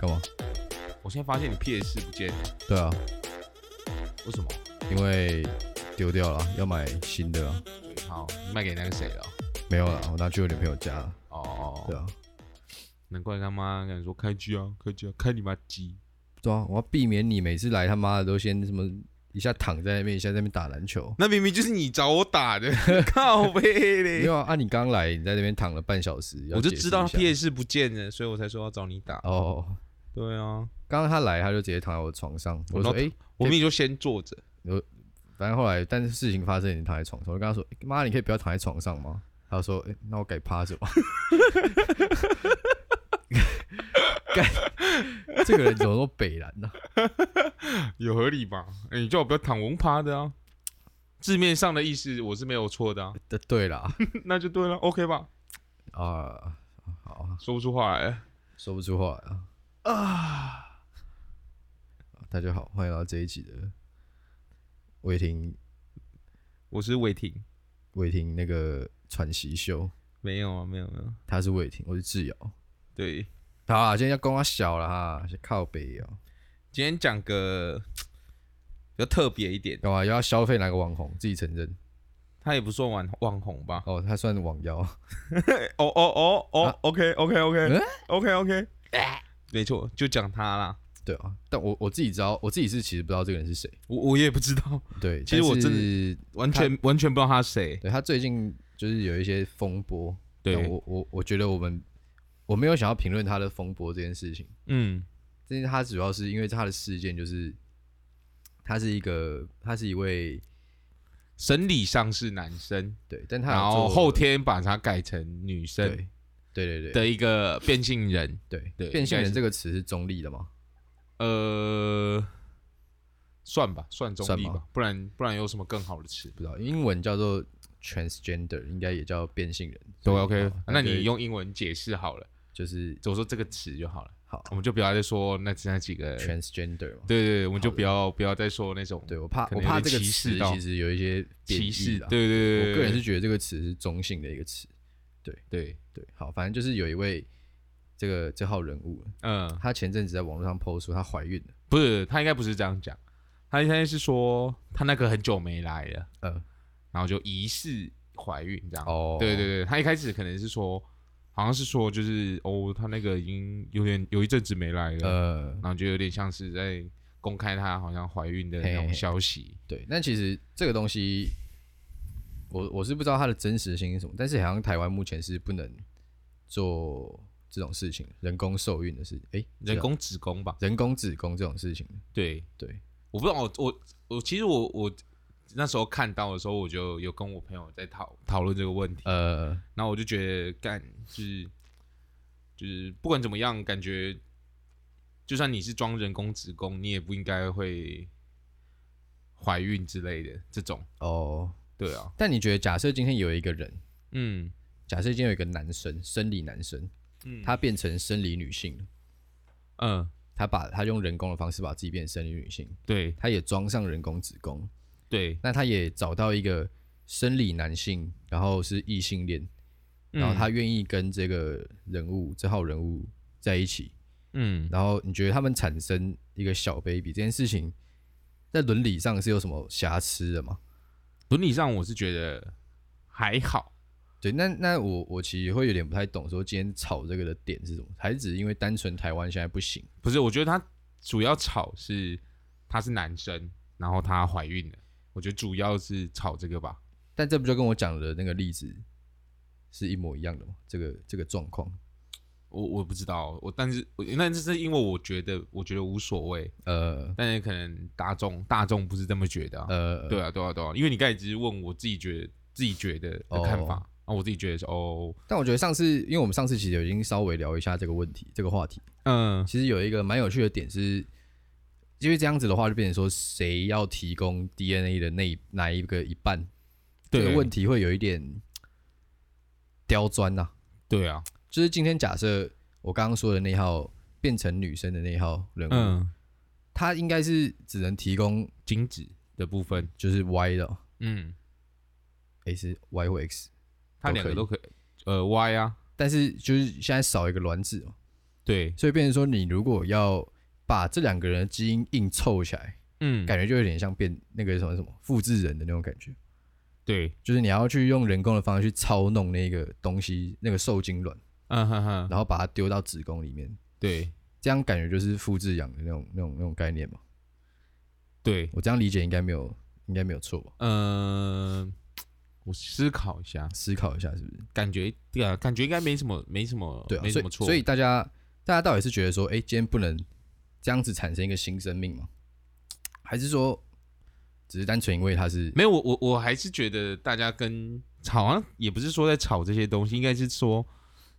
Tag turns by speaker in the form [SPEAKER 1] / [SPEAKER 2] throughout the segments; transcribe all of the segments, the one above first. [SPEAKER 1] 干嘛？
[SPEAKER 2] 我现在发现你 PS 不见了，
[SPEAKER 1] 对啊，
[SPEAKER 2] 为什么？
[SPEAKER 1] 因为丢掉了，要买新的啊。
[SPEAKER 2] 好，你卖给那个谁了？
[SPEAKER 1] 没有了，我拿去我女朋友家了。
[SPEAKER 2] 哦哦，
[SPEAKER 1] 对啊，
[SPEAKER 2] 难怪他妈跟你说开机啊，开机啊，开你妈机！
[SPEAKER 1] 对啊，我要避免你每次来他妈的都先什么一下躺在那边，一下在那边打篮球。
[SPEAKER 2] 那明明就是你找我打 的，靠背
[SPEAKER 1] 没
[SPEAKER 2] 嘞！
[SPEAKER 1] 有啊，啊你刚来，你在那边躺了半小时，要
[SPEAKER 2] 哎我就
[SPEAKER 1] 解释
[SPEAKER 2] 知道
[SPEAKER 1] 一下
[SPEAKER 2] PS 不见了，所以我才说要找你打。
[SPEAKER 1] 哦。
[SPEAKER 2] 对啊，
[SPEAKER 1] 刚刚他来，他就直接躺在我床上，我
[SPEAKER 2] 我
[SPEAKER 1] 就说：“
[SPEAKER 2] 都
[SPEAKER 1] 哎、
[SPEAKER 2] 我明明就先坐着，
[SPEAKER 1] 反正后来，但是事情发生，你躺在床上，我就跟他说：‘欸妈、你可以不要躺在床上吗？’他说：‘哎、那我改趴着吧。 干’这个人怎么说北蓝呢、
[SPEAKER 2] 有合理吧？哎、你叫我不要躺我用趴的啊。字面上的意思我是没有错的、啊，
[SPEAKER 1] 对对啦，
[SPEAKER 2] 那就对了，OK 吧？
[SPEAKER 1] 啊、好啊，
[SPEAKER 2] 说不出话来了
[SPEAKER 1] 说不出话来啊。
[SPEAKER 2] 啊！
[SPEAKER 1] 大家好，欢迎来到这一集的伟霆
[SPEAKER 2] 我是伟霆，
[SPEAKER 1] 伟霆那个喘息秀，
[SPEAKER 2] 没有啊，没有没有，
[SPEAKER 1] 他是伟霆，我是智瑶。
[SPEAKER 2] 对。
[SPEAKER 1] 好啊，今天要公他小了哈，先靠北哦、
[SPEAKER 2] 今天讲个比较特别一点，
[SPEAKER 1] 干嘛又要消费哪个网红？自己承认
[SPEAKER 2] 他也不算网网红吧？
[SPEAKER 1] 哦，他算网妖。
[SPEAKER 2] 哦哦哦
[SPEAKER 1] 啊
[SPEAKER 2] 哦，OK OK OK
[SPEAKER 1] 嗯
[SPEAKER 2] OK OK，没错，就讲他啦。
[SPEAKER 1] 对啊，但我我自己知道，我自己是其实不知道这个人是谁。
[SPEAKER 2] 我我也不知道，
[SPEAKER 1] 对，
[SPEAKER 2] 其实
[SPEAKER 1] 但
[SPEAKER 2] 我真的
[SPEAKER 1] 是
[SPEAKER 2] 完全完全不知道他是谁。
[SPEAKER 1] 对他最近就是有一些风波，但
[SPEAKER 2] 对，
[SPEAKER 1] 我我我觉得我们我没有想要评论他的风波这件事情，
[SPEAKER 2] 嗯，
[SPEAKER 1] 但是他主要是因为他的事件就是他是一个他是一位
[SPEAKER 2] 生理上是男生，
[SPEAKER 1] 对，但他有
[SPEAKER 2] 然后
[SPEAKER 1] 做
[SPEAKER 2] 后天把他改成女生
[SPEAKER 1] 对对对对
[SPEAKER 2] 的一个变性人。
[SPEAKER 1] 对
[SPEAKER 2] 对
[SPEAKER 1] 变性
[SPEAKER 2] 应该
[SPEAKER 1] 人
[SPEAKER 2] 是
[SPEAKER 1] 这个词是中立的嘛？
[SPEAKER 2] 呃，算吧，算中
[SPEAKER 1] 算
[SPEAKER 2] 立
[SPEAKER 1] 吧
[SPEAKER 2] 吧，不然不然有什么更好的词？
[SPEAKER 1] 不知道英文叫做 transgender，应该也叫变性人。
[SPEAKER 2] 对
[SPEAKER 1] 所以
[SPEAKER 2] ，OK，
[SPEAKER 1] 好
[SPEAKER 2] 那
[SPEAKER 1] 就
[SPEAKER 2] 你用英文解释好了，
[SPEAKER 1] 就是
[SPEAKER 2] 我说这个词就好了。
[SPEAKER 1] 好
[SPEAKER 2] 我们就不要再说那那几个，对
[SPEAKER 1] transgender 嘛？
[SPEAKER 2] 对对，我们就不要不要再说那种
[SPEAKER 1] 对我怕
[SPEAKER 2] 可
[SPEAKER 1] 我
[SPEAKER 2] 能有
[SPEAKER 1] 怕
[SPEAKER 2] 点
[SPEAKER 1] 这个
[SPEAKER 2] 歧
[SPEAKER 1] 词
[SPEAKER 2] 视到
[SPEAKER 1] 其实有一些贬
[SPEAKER 2] 歧
[SPEAKER 1] 义
[SPEAKER 2] 视，
[SPEAKER 1] 啦
[SPEAKER 2] 对对对对，
[SPEAKER 1] 我个人是觉得这个词是中性的一个词。
[SPEAKER 2] 对，
[SPEAKER 1] 对，好，反正就是有一位这个这号人物，
[SPEAKER 2] 嗯，
[SPEAKER 1] 她前阵子在网络上 PO 出她怀孕了，
[SPEAKER 2] 不是，他应该不是这样讲，他应该是说他那个很久没来了，
[SPEAKER 1] 呃，
[SPEAKER 2] 然后就疑似怀孕这样。
[SPEAKER 1] 哦，
[SPEAKER 2] 对对对，他一开始可能是说，好像是说就是哦，他那个已经有点有一阵子没来了，
[SPEAKER 1] 呃，
[SPEAKER 2] 然后就有点像是在公开她好像怀孕的那
[SPEAKER 1] 嘿
[SPEAKER 2] 种
[SPEAKER 1] 嘿
[SPEAKER 2] 消息。
[SPEAKER 1] 对，但其实这个东西，我我是不知道它的真实性是什么，但是好像台湾目前是不能做这种事情，人工受孕的事，哎、
[SPEAKER 2] 人工子宫吧？
[SPEAKER 1] 人工子宫这种事情，
[SPEAKER 2] 对，
[SPEAKER 1] 对，
[SPEAKER 2] 我不知道，我我我其实我我那时候看到的时候，我就有跟我朋友在讨讨论这个问题，
[SPEAKER 1] 呃，
[SPEAKER 2] 然后我就觉得干就是就是不管怎么样，感觉就算你是装人工子宫，你也不应该会怀孕之类的这种，
[SPEAKER 1] 哦，
[SPEAKER 2] 对啊，
[SPEAKER 1] 但你觉得假设今天有一个人，
[SPEAKER 2] 嗯
[SPEAKER 1] 假设今天有一个男生，生理男生，
[SPEAKER 2] 嗯
[SPEAKER 1] 他变成生理女性了，
[SPEAKER 2] 嗯，
[SPEAKER 1] 他把他用人工的方式把自己变成生理女性，
[SPEAKER 2] 对
[SPEAKER 1] 他也装上人工子宫，
[SPEAKER 2] 对，
[SPEAKER 1] 那他也找到一个生理男性，然后是异性恋，然后他愿意跟这个人物这号人物在一起，
[SPEAKER 2] 嗯
[SPEAKER 1] 然后你觉得他们产生一个小 baby 这件事情，在伦理上是有什么瑕疵的吗？
[SPEAKER 2] 伦理上我是觉得还好，
[SPEAKER 1] 对，那那我我其实会有点不太懂，说今天吵这个的点是什么？还是只是因为单纯台湾现在不行？
[SPEAKER 2] 不是，我觉得他主要吵是他是男生，然后他怀孕了，我觉得主要是吵这个吧。
[SPEAKER 1] 但这不就跟我讲的那个例子是一模一样的吗？这个这个状况，
[SPEAKER 2] 我我不知道，我但是我那这是因为我觉得我觉得无所谓，
[SPEAKER 1] 呃
[SPEAKER 2] 但是可能大众大众不是这么觉得、啊。
[SPEAKER 1] 呃，
[SPEAKER 2] 对啊，对啊，对啊，因为你刚才只是问我自己觉得自己觉得的
[SPEAKER 1] 哦
[SPEAKER 2] 看法，啊，我自己觉得是哦，
[SPEAKER 1] 但我觉得上次，因为我们上次其实已经稍微聊一下这个问题，这个话题，
[SPEAKER 2] 嗯，
[SPEAKER 1] 其实有一个蛮有趣的点是，因为这样子的话就变成说，谁要提供 DNA 的那一哪一个一半，这
[SPEAKER 2] 对，
[SPEAKER 1] 个问题会有一点刁钻呐、
[SPEAKER 2] 对啊，
[SPEAKER 1] 就是今天假设我刚刚说的那号变成女生的那号人物，
[SPEAKER 2] 嗯，
[SPEAKER 1] 他应该是只能提供
[SPEAKER 2] 精子的部分，
[SPEAKER 1] 就是 Y 的哦，
[SPEAKER 2] 嗯，
[SPEAKER 1] 诶，是 Y 或 X，
[SPEAKER 2] 它
[SPEAKER 1] 都
[SPEAKER 2] 两
[SPEAKER 1] 可
[SPEAKER 2] 个
[SPEAKER 1] 以
[SPEAKER 2] 都可以，呃，Y 啊，
[SPEAKER 1] 但是就是现在少一个卵子嘛，
[SPEAKER 2] 对，
[SPEAKER 1] 所以变成说你如果要把这两个人的基因硬凑起来，
[SPEAKER 2] 嗯，
[SPEAKER 1] 感觉就有点像变那个什么什么复制人的那种感觉，
[SPEAKER 2] 对，
[SPEAKER 1] 就是你要去用人工的方式去操弄那个东西，那个受精卵，
[SPEAKER 2] 嗯哼哼，
[SPEAKER 1] 然后把它丢到子宫里面，
[SPEAKER 2] 对
[SPEAKER 1] 这样感觉就是复制羊的那种那种那种概念嘛。
[SPEAKER 2] 对，
[SPEAKER 1] 我这样理解应该没有应该没有错吧？
[SPEAKER 2] 嗯、我思考一下，
[SPEAKER 1] 思考一下是不是？
[SPEAKER 2] 感觉对啊，感觉应该没什么，没什么，
[SPEAKER 1] 对啊，
[SPEAKER 2] 哦没
[SPEAKER 1] 所
[SPEAKER 2] 什
[SPEAKER 1] 以
[SPEAKER 2] 么错，
[SPEAKER 1] 所以大家大家到底是觉得说，哎、今天不能这样子产生一个新生命吗？还是说只是单纯因为它是
[SPEAKER 2] 没有我我我还是觉得大家跟吵啊，也不是说在吵这些东西，应该是说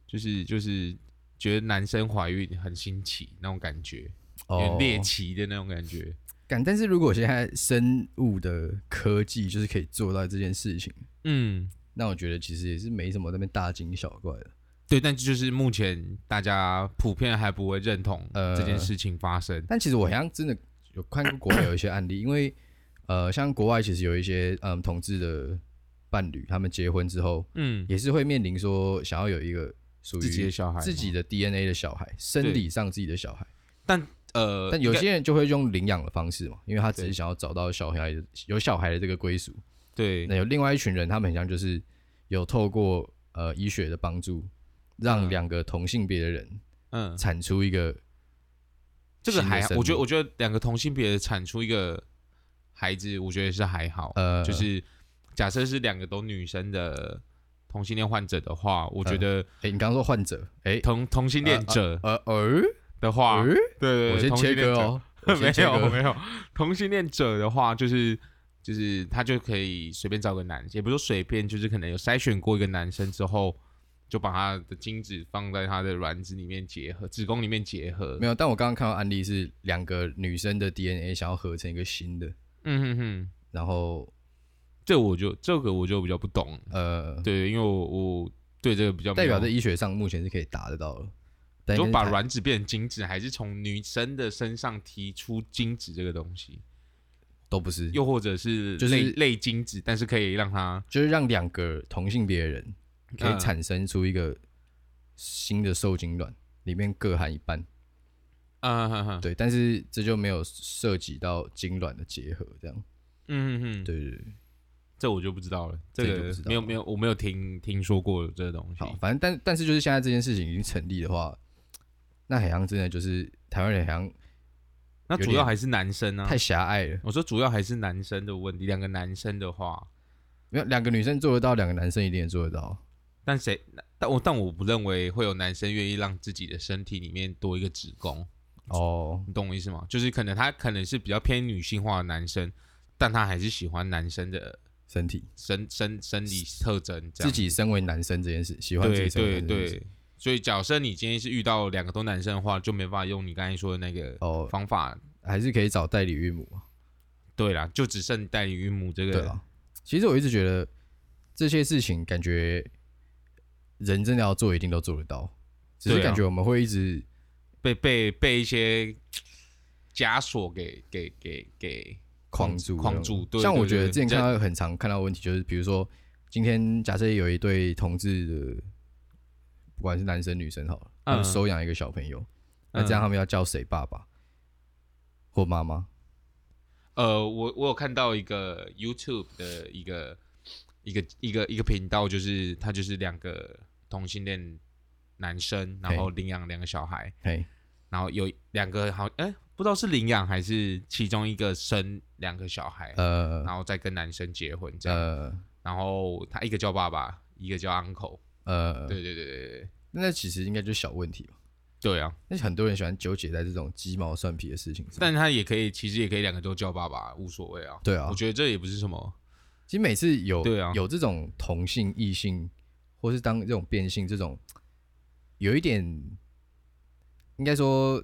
[SPEAKER 2] 就是就是觉得男生怀孕很新奇那种感觉，
[SPEAKER 1] 哦
[SPEAKER 2] 有点猎奇的那种感觉，
[SPEAKER 1] 感？但是如果现在生物的科技就是可以做到这件事情，
[SPEAKER 2] 嗯，
[SPEAKER 1] 那我觉得其实也是没什么那边大惊小怪的。
[SPEAKER 2] 对，但就是目前大家普遍还不会认同
[SPEAKER 1] 呃
[SPEAKER 2] 这件事情发生，
[SPEAKER 1] 但其实我好像真的有看过国外有一些案例，因为呃，像国外其实有一些嗯同志的伴侣，他们结婚之后
[SPEAKER 2] 嗯，
[SPEAKER 1] 也是会面临说想要有一个属于
[SPEAKER 2] 自己的小孩吗，
[SPEAKER 1] 自己的 DNA 的小孩，生理上自己的小孩。
[SPEAKER 2] 呃，
[SPEAKER 1] 但有
[SPEAKER 2] 应该
[SPEAKER 1] 些人就会用领养的方式嘛，因为他只是
[SPEAKER 2] 对
[SPEAKER 1] 想要找到小孩的有小孩的这个归属。
[SPEAKER 2] 对
[SPEAKER 1] 那有另外一群人，他们很像就是有透过呃医学的帮助，让
[SPEAKER 2] 嗯
[SPEAKER 1] 两个同性别的人
[SPEAKER 2] 嗯，
[SPEAKER 1] 产出一个
[SPEAKER 2] 这个
[SPEAKER 1] 新的
[SPEAKER 2] 还好
[SPEAKER 1] 生
[SPEAKER 2] 我觉得
[SPEAKER 1] 命
[SPEAKER 2] 我觉得两个同性别产出一个孩子，我觉得是还好，
[SPEAKER 1] 呃，
[SPEAKER 2] 就是假设是两个都女生的同性恋患者的话，我觉得
[SPEAKER 1] 哎、你刚刚说患者，哎、
[SPEAKER 2] 同同性恋者
[SPEAKER 1] 呃呃，
[SPEAKER 2] 的话，
[SPEAKER 1] 呃
[SPEAKER 2] 对对对，
[SPEAKER 1] 我先
[SPEAKER 2] 同
[SPEAKER 1] 切
[SPEAKER 2] 性恋
[SPEAKER 1] 割
[SPEAKER 2] 者，
[SPEAKER 1] 哦，我先
[SPEAKER 2] 没
[SPEAKER 1] 切
[SPEAKER 2] 有
[SPEAKER 1] 割
[SPEAKER 2] 没有，同性恋者的话就是。就是他就可以随便找个男，也不是说随便，就是可能有筛选过一个男生之后，就把他的精子放在他的卵子里面结合，子宫里面结合。
[SPEAKER 1] 没有。但我刚刚看到案例是两个女生的 DNA 想要合成一个新的，
[SPEAKER 2] 嗯哼哼，
[SPEAKER 1] 然后
[SPEAKER 2] 这我就这个我就比较不懂，
[SPEAKER 1] 呃，
[SPEAKER 2] 对，因为我我对这个比较没
[SPEAKER 1] 代表
[SPEAKER 2] 有
[SPEAKER 1] 在医学上目前是可以达得到的。但
[SPEAKER 2] 就
[SPEAKER 1] 应该
[SPEAKER 2] 把
[SPEAKER 1] 是
[SPEAKER 2] 卵子变成精子，还是从女生的身上提出精子这个东西，
[SPEAKER 1] 都不是，
[SPEAKER 2] 又或者是
[SPEAKER 1] 就是
[SPEAKER 2] 类类精子，但是可以让它
[SPEAKER 1] 就是让两个同性别的人可以
[SPEAKER 2] 嗯
[SPEAKER 1] 产生出一个新的受精卵，里面各含一半。
[SPEAKER 2] 嗯啊，哼哼
[SPEAKER 1] 对，但是这就没有涉及到精卵的结合，这样。
[SPEAKER 2] 嗯嗯嗯，
[SPEAKER 1] 对对对，
[SPEAKER 2] 这我就不知道了，
[SPEAKER 1] 这
[SPEAKER 2] 这
[SPEAKER 1] 就不
[SPEAKER 2] 个
[SPEAKER 1] 知道
[SPEAKER 2] 没有
[SPEAKER 1] 了
[SPEAKER 2] 没有我没有听听说过这个东西
[SPEAKER 1] 好，，反正但但是就是现在这件事情已经成立的话，那海洋真的就是台湾人好像
[SPEAKER 2] 嗯那主
[SPEAKER 1] 有
[SPEAKER 2] 要
[SPEAKER 1] 点
[SPEAKER 2] 还是男生啊
[SPEAKER 1] 太。狭隘了，
[SPEAKER 2] 我说主要还是男生的问题，两个男生的话，
[SPEAKER 1] 没有两个女生做得到，两个男生一定也做得到。
[SPEAKER 2] 但谁？但我但我不认为会有男生愿意让自己的身体里面多一个子宫。
[SPEAKER 1] 哦，
[SPEAKER 2] 你懂我意思吗？就是可能他可能是比较偏女性化的男生，但他还是喜欢男生的
[SPEAKER 1] 身体
[SPEAKER 2] 生生生理特征，这
[SPEAKER 1] 自
[SPEAKER 2] 样
[SPEAKER 1] 己身为男生这件事，喜欢自己
[SPEAKER 2] 对
[SPEAKER 1] 身为
[SPEAKER 2] 对
[SPEAKER 1] 男生这件事
[SPEAKER 2] 对。所以，假设你今天是遇到两个都男生的话，就没办法用你刚才说的那个
[SPEAKER 1] 哦，
[SPEAKER 2] 方法。
[SPEAKER 1] 还是可以找代理孕母啊。
[SPEAKER 2] 对啦，就只剩代理孕母这
[SPEAKER 1] 对
[SPEAKER 2] 个
[SPEAKER 1] 啊，其实我一直觉得这些事情，感觉人真的要做，一定都做得到，只是
[SPEAKER 2] 对啊
[SPEAKER 1] 感觉我们会一直
[SPEAKER 2] 被被被一些枷锁给给给给
[SPEAKER 1] 框住、
[SPEAKER 2] 嗯框住对
[SPEAKER 1] 像我
[SPEAKER 2] 对
[SPEAKER 1] 觉得
[SPEAKER 2] 对
[SPEAKER 1] 之前
[SPEAKER 2] 这
[SPEAKER 1] 看到很常看到的问题，就是比如说今天假设有一对同志的，不管是男生女生好了，他们
[SPEAKER 2] 嗯
[SPEAKER 1] 收养一个小朋友，那这样他们要叫谁爸爸或妈妈？
[SPEAKER 2] 呃，我我有看到一个 YouTube 的一个一个一个一个频道，就是他就是两个同性恋男生，然后领养两个小孩，
[SPEAKER 1] 嘿，
[SPEAKER 2] 然后有两个好哎、不知道是领养还是其中一个生两个小孩，
[SPEAKER 1] 呃
[SPEAKER 2] 然后再跟男生结婚这样，
[SPEAKER 1] 呃
[SPEAKER 2] 然后他一个叫爸爸，一个叫 uncle，、
[SPEAKER 1] 呃，
[SPEAKER 2] 对对对对对
[SPEAKER 1] 那其实应该就是小问题吧。
[SPEAKER 2] 对啊，
[SPEAKER 1] 但是很多人喜欢纠结在这种鸡毛蒜皮的事情上。
[SPEAKER 2] 但他也可以其实也可以两个都叫爸爸，无所谓啊，
[SPEAKER 1] 对啊
[SPEAKER 2] 我，觉得这也不是什么，
[SPEAKER 1] 其实每次有
[SPEAKER 2] 对啊
[SPEAKER 1] 有这种同性、异性，或是当这种变性这种，有一点应该说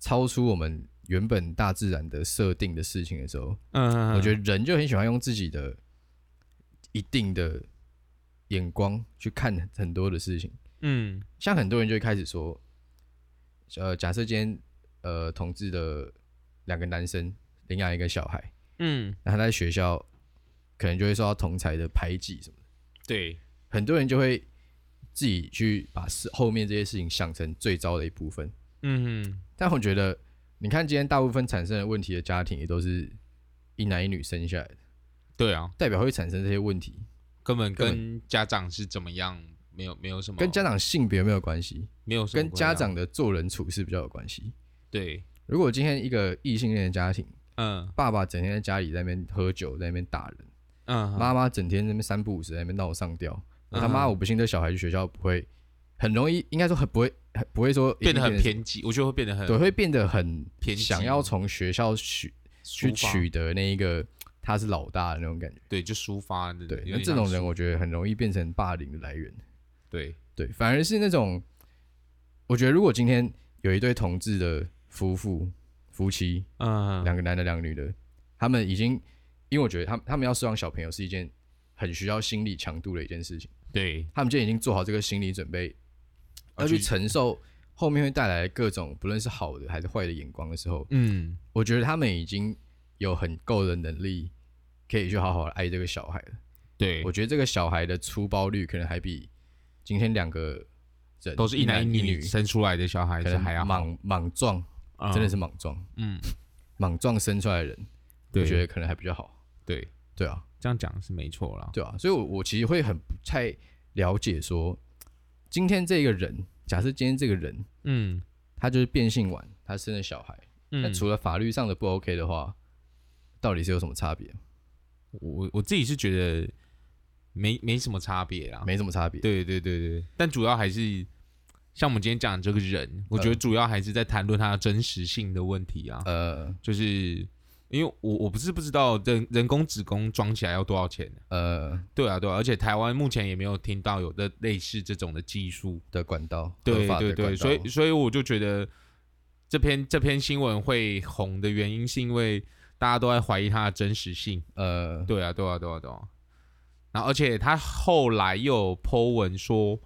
[SPEAKER 1] 超出我们原本大自然的设定的事情的时候，
[SPEAKER 2] 嗯，
[SPEAKER 1] 我觉
[SPEAKER 2] 得
[SPEAKER 1] 得人就很喜欢用自己的一定的眼光去看很多的事情。
[SPEAKER 2] 嗯
[SPEAKER 1] 像很多人就会开始说，呃，假设今天呃同志的两个男生领养一个小孩，
[SPEAKER 2] 嗯
[SPEAKER 1] 那他在学校可能就会受到同才的排挤什么的，
[SPEAKER 2] 对。
[SPEAKER 1] 很多人就会自己去把事后面这些事情想成最糟的一部分。
[SPEAKER 2] 嗯
[SPEAKER 1] 但我觉得，你看今天大部分产生的问题的家庭也都是一男一女生下来的，
[SPEAKER 2] 哼，对啊，
[SPEAKER 1] 代表会产生这些问题，
[SPEAKER 2] 根本
[SPEAKER 1] 根
[SPEAKER 2] 跟家长是怎么样没有没有什么
[SPEAKER 1] 跟家长性别没有关系，
[SPEAKER 2] 没哦有什么
[SPEAKER 1] 跟
[SPEAKER 2] 关
[SPEAKER 1] 家
[SPEAKER 2] 系啊
[SPEAKER 1] 长的做人处事比较有关系。
[SPEAKER 2] 对，
[SPEAKER 1] 如果今天一个异性恋的家庭，
[SPEAKER 2] 嗯
[SPEAKER 1] 爸爸整天在家里在那边喝酒，在那边打人，
[SPEAKER 2] 嗯，
[SPEAKER 1] 妈妈整天在那边三不五时在那边闹上吊，那他
[SPEAKER 2] 嗯
[SPEAKER 1] 妈
[SPEAKER 2] 哼
[SPEAKER 1] 我不信这小孩去学校不会很容易，应该说很不会，很不会说
[SPEAKER 2] 变得
[SPEAKER 1] 一
[SPEAKER 2] 很
[SPEAKER 1] 定
[SPEAKER 2] 偏激，我觉得会变得很
[SPEAKER 1] 对，会变得很
[SPEAKER 2] 偏激
[SPEAKER 1] 想要从学校取去
[SPEAKER 2] 抒发
[SPEAKER 1] 取得那一个他是老大的那种感觉。
[SPEAKER 2] 对，就抒发的。
[SPEAKER 1] 对，
[SPEAKER 2] 有
[SPEAKER 1] 那
[SPEAKER 2] 点
[SPEAKER 1] 这
[SPEAKER 2] 像
[SPEAKER 1] 种人
[SPEAKER 2] 抒，
[SPEAKER 1] 我觉得很容易变成霸凌的来源。
[SPEAKER 2] 对，
[SPEAKER 1] 对，反而是那种，我觉得如果今天有一对同志的夫妇夫妻，
[SPEAKER 2] 嗯，
[SPEAKER 1] 两个男的，两个女的，他们已经，因为我觉得他们他们要收养小朋友是一件很需要心理强度的一件事情，
[SPEAKER 2] 对，
[SPEAKER 1] 他们今天已经做好这个心理准备，
[SPEAKER 2] 要
[SPEAKER 1] 要去
[SPEAKER 2] 去
[SPEAKER 1] 承受后面会带来各种不论是好的还是坏的眼光的时候，
[SPEAKER 2] 嗯，
[SPEAKER 1] 我觉得他们已经有很够的能力，可以去好好地爱这个小孩了。
[SPEAKER 2] 对
[SPEAKER 1] 我，觉得这个小孩的出包率可能还比今天两个人
[SPEAKER 2] 都是一
[SPEAKER 1] 一
[SPEAKER 2] 男
[SPEAKER 1] 一
[SPEAKER 2] 一女生出来的小孩
[SPEAKER 1] 可
[SPEAKER 2] 子
[SPEAKER 1] 能
[SPEAKER 2] 还要好，
[SPEAKER 1] 莽莽撞，
[SPEAKER 2] 嗯
[SPEAKER 1] 真的是莽撞，
[SPEAKER 2] 嗯，
[SPEAKER 1] 莽撞生出来的人，我觉
[SPEAKER 2] 对
[SPEAKER 1] 得可能还比较好。
[SPEAKER 2] 对，
[SPEAKER 1] 对啊，
[SPEAKER 2] 这样讲是没错啦。
[SPEAKER 1] 对啊，所以我，我其实会很不太了解说，今天这个人，假设今天这个人
[SPEAKER 2] 嗯
[SPEAKER 1] 他就是变性完，他生了小孩，那、
[SPEAKER 2] 嗯，
[SPEAKER 1] 除了法律上的不 OK 的话，到底是有什么差别？
[SPEAKER 2] 我我自己是觉得没没什么差别啦。
[SPEAKER 1] 没什么差别。
[SPEAKER 2] 对对对对，但主要还是像我们今天讲的这个人，我
[SPEAKER 1] 嗯
[SPEAKER 2] 觉得主要还是在谈论他的真实性的问题啊。
[SPEAKER 1] 呃
[SPEAKER 2] 就是因为我我不是不知道人人工子宫装起来要多少钱、
[SPEAKER 1] 呃
[SPEAKER 2] 对啊，对啊，而且台湾目前也没有听到有的类似这种的技术。
[SPEAKER 1] 的管道，
[SPEAKER 2] 对
[SPEAKER 1] 合法
[SPEAKER 2] 对
[SPEAKER 1] 的管
[SPEAKER 2] 对，
[SPEAKER 1] 道
[SPEAKER 2] 所以所以我就觉得这篇这篇新闻会红的原因，是因为大家都在怀疑它的真实性。
[SPEAKER 1] 呃
[SPEAKER 2] 对啊，对啊，对啊，对啊。然后，而且他后来又有 po 文说，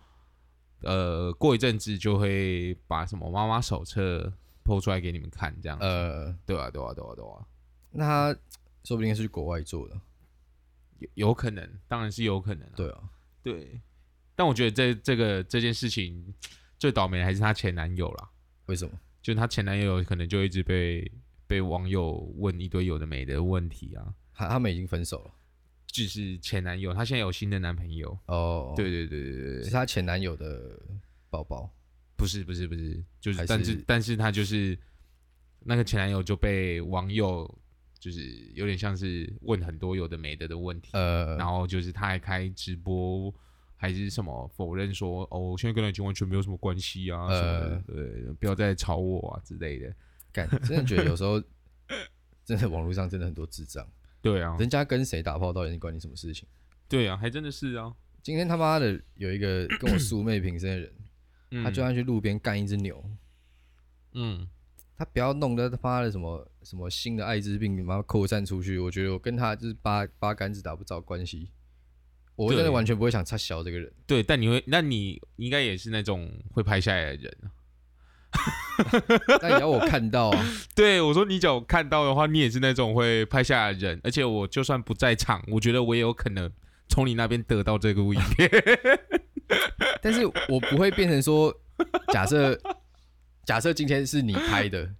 [SPEAKER 2] 呃，过一阵子就会把什么妈妈手册 po 出来给你们看，这样。
[SPEAKER 1] 呃，
[SPEAKER 2] 对啊，对啊，对啊，对啊，
[SPEAKER 1] 那他说不定是去国外做的。
[SPEAKER 2] 有有可能，当然是有可能、啊。
[SPEAKER 1] 对啊，
[SPEAKER 2] 对，但我觉得这这个这件事情最倒霉的还是她前男友啦，
[SPEAKER 1] 为什么？
[SPEAKER 2] 就是她前男友可能就一直被被网友问一堆有的没的问题啊，
[SPEAKER 1] 他他们已经分手了
[SPEAKER 2] 就是前男友，她现在有新的男朋友，
[SPEAKER 1] 哦，，
[SPEAKER 2] 对对对对对
[SPEAKER 1] 是
[SPEAKER 2] 对，
[SPEAKER 1] 她前男友的宝宝。
[SPEAKER 2] 不是不是不是，就是
[SPEAKER 1] 还
[SPEAKER 2] 但
[SPEAKER 1] 是
[SPEAKER 2] 是但是她就是那个前男友就被网友就是有点像是问很多有的没的的问题，
[SPEAKER 1] 呃，
[SPEAKER 2] 然后就是他还开直播，还是什么否认说哦，我现在跟你已经完全没有什么关系啊，
[SPEAKER 1] 呃
[SPEAKER 2] 什么的，对，不要再吵我啊之类的。
[SPEAKER 1] 干，真的觉得有时候 真的网络上真的很多智障，
[SPEAKER 2] 对啊，
[SPEAKER 1] 人家跟谁打炮到底关你什么事情？
[SPEAKER 2] 对啊，还真的是啊，
[SPEAKER 1] 今天他妈的有一个跟我素昧平生的人，
[SPEAKER 2] 嗯
[SPEAKER 1] 他就算去路边干一只牛，
[SPEAKER 2] 嗯，
[SPEAKER 1] 他不要弄得他妈的什么什么新的艾滋病他妈扩散出去，我觉得我跟他就是八八竿子打不着关系，我
[SPEAKER 2] 对
[SPEAKER 1] 真的完全不会想插小这个人，
[SPEAKER 2] 对，但你会，那你应该也是那种会拍下来的人啊。
[SPEAKER 1] 那也要我看到 啊，
[SPEAKER 2] 对我说，你只要看到的话，你也是那种会拍下来的人，而且我就算不在场，我觉得我也有可能从你那边得到 这个影片。
[SPEAKER 1] 但是我不会变成说，假设假设今天是你拍的，